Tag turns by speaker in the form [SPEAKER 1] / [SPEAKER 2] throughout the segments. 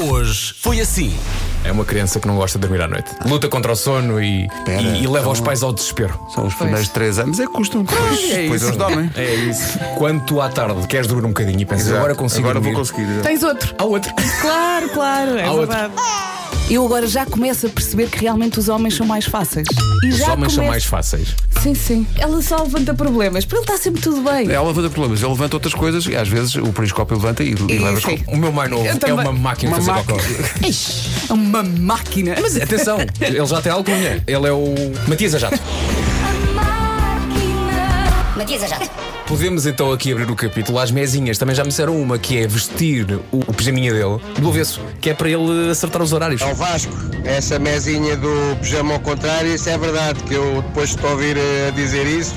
[SPEAKER 1] hoje foi assim.
[SPEAKER 2] É uma criança que não gosta de dormir à noite. Luta contra o sono e,
[SPEAKER 3] Espera,
[SPEAKER 2] e- e leva
[SPEAKER 3] então-
[SPEAKER 2] os pais ao desespero.
[SPEAKER 3] São os primeiros três anos, é que custam. Depois, depois eles dormem.
[SPEAKER 2] É isso. Quando tu à tarde queres dormir um bocadinho e pensas,
[SPEAKER 3] Exato.
[SPEAKER 2] agora consigo.
[SPEAKER 3] Agora vou
[SPEAKER 2] dormir,
[SPEAKER 3] conseguir. exato.
[SPEAKER 4] Tens outro.
[SPEAKER 2] Há outro.
[SPEAKER 4] Claro, claro, é
[SPEAKER 2] Há outro.
[SPEAKER 4] verdade. Eu agora já começo a perceber que realmente os homens são mais fáceis. E
[SPEAKER 2] Os
[SPEAKER 4] já
[SPEAKER 2] homens são mais
[SPEAKER 4] começo-
[SPEAKER 2] fáceis.
[SPEAKER 4] Sim, sim. Ela só levanta problemas. Para ele está sempre tudo bem.
[SPEAKER 3] Ela levanta problemas, ele levanta outras coisas e às vezes o periscópio levanta e, e leva as
[SPEAKER 4] sim.
[SPEAKER 3] coisas.
[SPEAKER 2] O meu mais novo
[SPEAKER 4] Eu
[SPEAKER 2] é
[SPEAKER 4] também-
[SPEAKER 2] uma máquina
[SPEAKER 3] Uma
[SPEAKER 2] de fazer
[SPEAKER 3] máquina.
[SPEAKER 2] cocó.
[SPEAKER 4] Ixi, É uma máquina.
[SPEAKER 2] Mas atenção, ele já tem alcunha. Ele é o Matias Ajato.
[SPEAKER 5] Matias Ajato.
[SPEAKER 2] Podemos então aqui abrir o capítulo às mesinhas. Também já me disseram uma que é vestir o, o pijaminha dele do avesso, que é para ele acertar os horários.
[SPEAKER 3] É
[SPEAKER 6] Ao Vasco, essa mesinha do pijama ao contrário, isso é verdade, que eu depois de te ouvir eh, dizer isso,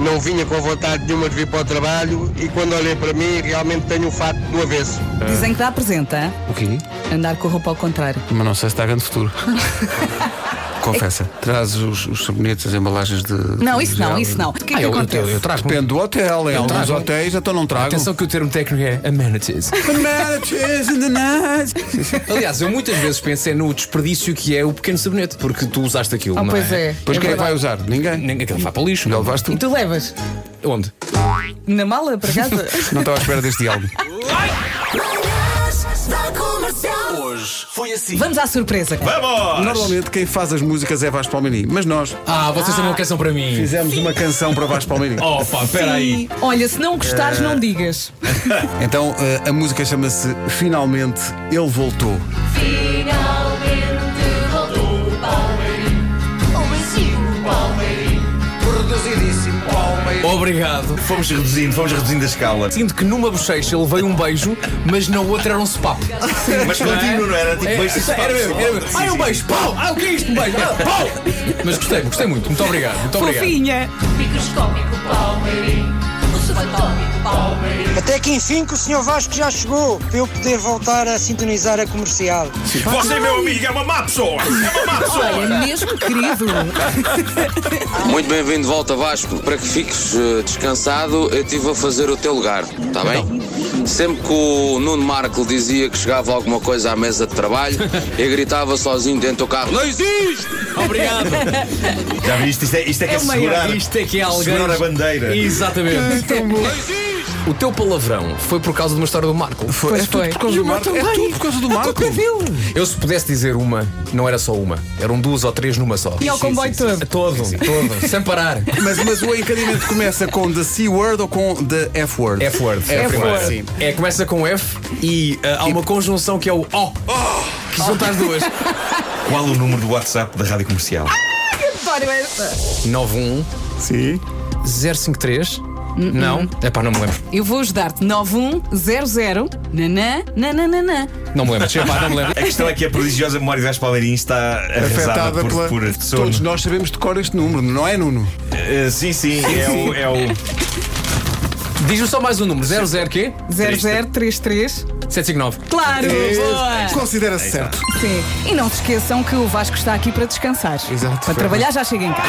[SPEAKER 6] não vinha com vontade nenhuma de vir para o trabalho e quando olhei para mim realmente tenho o fato do avesso.
[SPEAKER 4] Dizem que dá presente, hã?
[SPEAKER 3] O quê?
[SPEAKER 4] Andar com a roupa ao contrário.
[SPEAKER 3] É. Mas não sei se está a grande futuro. Confessa. Traz os, os sabonetes, as embalagens de.
[SPEAKER 4] Não,
[SPEAKER 3] de
[SPEAKER 4] isso não,
[SPEAKER 3] gel.
[SPEAKER 4] isso não. O que é
[SPEAKER 2] Ah,
[SPEAKER 4] que
[SPEAKER 2] eu- eu-
[SPEAKER 4] acontece?
[SPEAKER 2] eu trago.
[SPEAKER 3] Depende do hotel, em alguns
[SPEAKER 2] trago.
[SPEAKER 3] hotéis então não trago.
[SPEAKER 2] Atenção que o termo técnico é amenities.
[SPEAKER 3] Amenities in the night.
[SPEAKER 2] Aliás, eu muitas vezes pensei no desperdício que é o pequeno sabonete, porque tu usaste aquilo.
[SPEAKER 4] Ah,
[SPEAKER 2] não
[SPEAKER 4] pois é.
[SPEAKER 3] Depois quem é que vai usar? Ninguém.
[SPEAKER 2] Ninguém aquilo vai para o lixo.
[SPEAKER 3] Já
[SPEAKER 2] Não.
[SPEAKER 3] levaste um?
[SPEAKER 4] E
[SPEAKER 3] tu?
[SPEAKER 4] tu levas
[SPEAKER 2] Onde?
[SPEAKER 4] na mala para casa?
[SPEAKER 3] Não estava à espera deste diálogo.
[SPEAKER 1] Hoje foi assim.
[SPEAKER 4] Vamos à surpresa.
[SPEAKER 3] Normalmente quem faz as músicas é Vasco Palmini, mas nós
[SPEAKER 2] Ah, vocês também não querem são para mim.
[SPEAKER 3] fizemos uma canção para Vasco Palmini.
[SPEAKER 2] Oh, pá, espera aí.
[SPEAKER 4] Sim. Olha, se não
[SPEAKER 3] Eh,
[SPEAKER 4] gostares, não digas.
[SPEAKER 3] Então eh, a música chama-se Finalmente Ele Voltou.
[SPEAKER 2] Obrigado.
[SPEAKER 7] Fomos reduzindo, fomos reduzindo a escala.
[SPEAKER 2] Sinto que numa bochecha ele veio um beijo, mas na outra era um sopapo.
[SPEAKER 7] Mas contínuo, não era? Tipo,
[SPEAKER 2] É,
[SPEAKER 7] beijo de
[SPEAKER 2] era mesmo, era mesmo. Ai, um beijo, pau! Ah, o que é isto? Um beijo, ah, pau! Mas gostei, gostei muito. Muito obrigado, muito obrigado.
[SPEAKER 4] Fofinha.
[SPEAKER 8] Microscópico Palmeirim, o subatômico Palmeirim.
[SPEAKER 9] Até aqui em 5 o Sr. Vasco já chegou para eu poder voltar a sintonizar a comercial.
[SPEAKER 7] Você, meu amigo, é uma má pessoa! É uma má pessoa!
[SPEAKER 4] Olha, mesmo querido.
[SPEAKER 10] Muito bem-vindo de volta, Vasco. Para que fiques eh, descansado, eu estive a fazer o teu lugar, está bem?
[SPEAKER 2] Então.
[SPEAKER 10] Sempre que o Nuno Marco dizia que chegava alguma coisa à mesa de trabalho, eu gritava sozinho dentro do carro: Não existe!
[SPEAKER 2] Obrigado.
[SPEAKER 7] Já viste? Isto é, isto é que é,
[SPEAKER 2] É o maior.
[SPEAKER 7] segurar.
[SPEAKER 2] Isto é que é alguém.
[SPEAKER 7] Segurar a bandeira.
[SPEAKER 2] Exatamente. O teu palavrão foi por causa de uma história do Marco.
[SPEAKER 4] Pois foi.
[SPEAKER 3] Por causa do Marco. É tudo por causa do Marco.
[SPEAKER 2] Eu, se pudesse dizer uma, não era só uma. Eram duas ou três numa só.
[SPEAKER 4] E ao comboio todo.
[SPEAKER 2] Todo, todo. Sem parar.
[SPEAKER 3] Mas, mas o encadimento começa com The C-word ou com The F-word?
[SPEAKER 2] F-word.
[SPEAKER 3] É a primeira,
[SPEAKER 4] F-word.
[SPEAKER 3] sim.
[SPEAKER 2] É, começa com F e ah, há uma conjunção que é o O. Que junta as duas.
[SPEAKER 7] Qual o número do WhatsApp da rádio comercial?
[SPEAKER 2] 91
[SPEAKER 3] Sim.
[SPEAKER 2] 053. Não. É pá, não me lembro.
[SPEAKER 4] Eu vou ajudar-te. 9100 nanã, nananana.
[SPEAKER 2] Não me lembro. Epá, não me lembro.
[SPEAKER 7] A questão é que a prodigiosa memória de Vasco Palmeirim está arrasada
[SPEAKER 3] Afetada pela.
[SPEAKER 7] por, por sono.
[SPEAKER 3] Todos nós sabemos de cor este número, não é, Nuno?
[SPEAKER 7] Eh, sim, sim, é o. É o...
[SPEAKER 2] Diz-me só mais um número. 00 quê?
[SPEAKER 4] 0033.
[SPEAKER 2] 759.
[SPEAKER 4] Claro, boa.
[SPEAKER 3] Considera-se certo.
[SPEAKER 4] Sim. E não se esqueçam que o Vasco está aqui para descansar.
[SPEAKER 3] Exato.
[SPEAKER 4] Para trabalhar já chega em casa.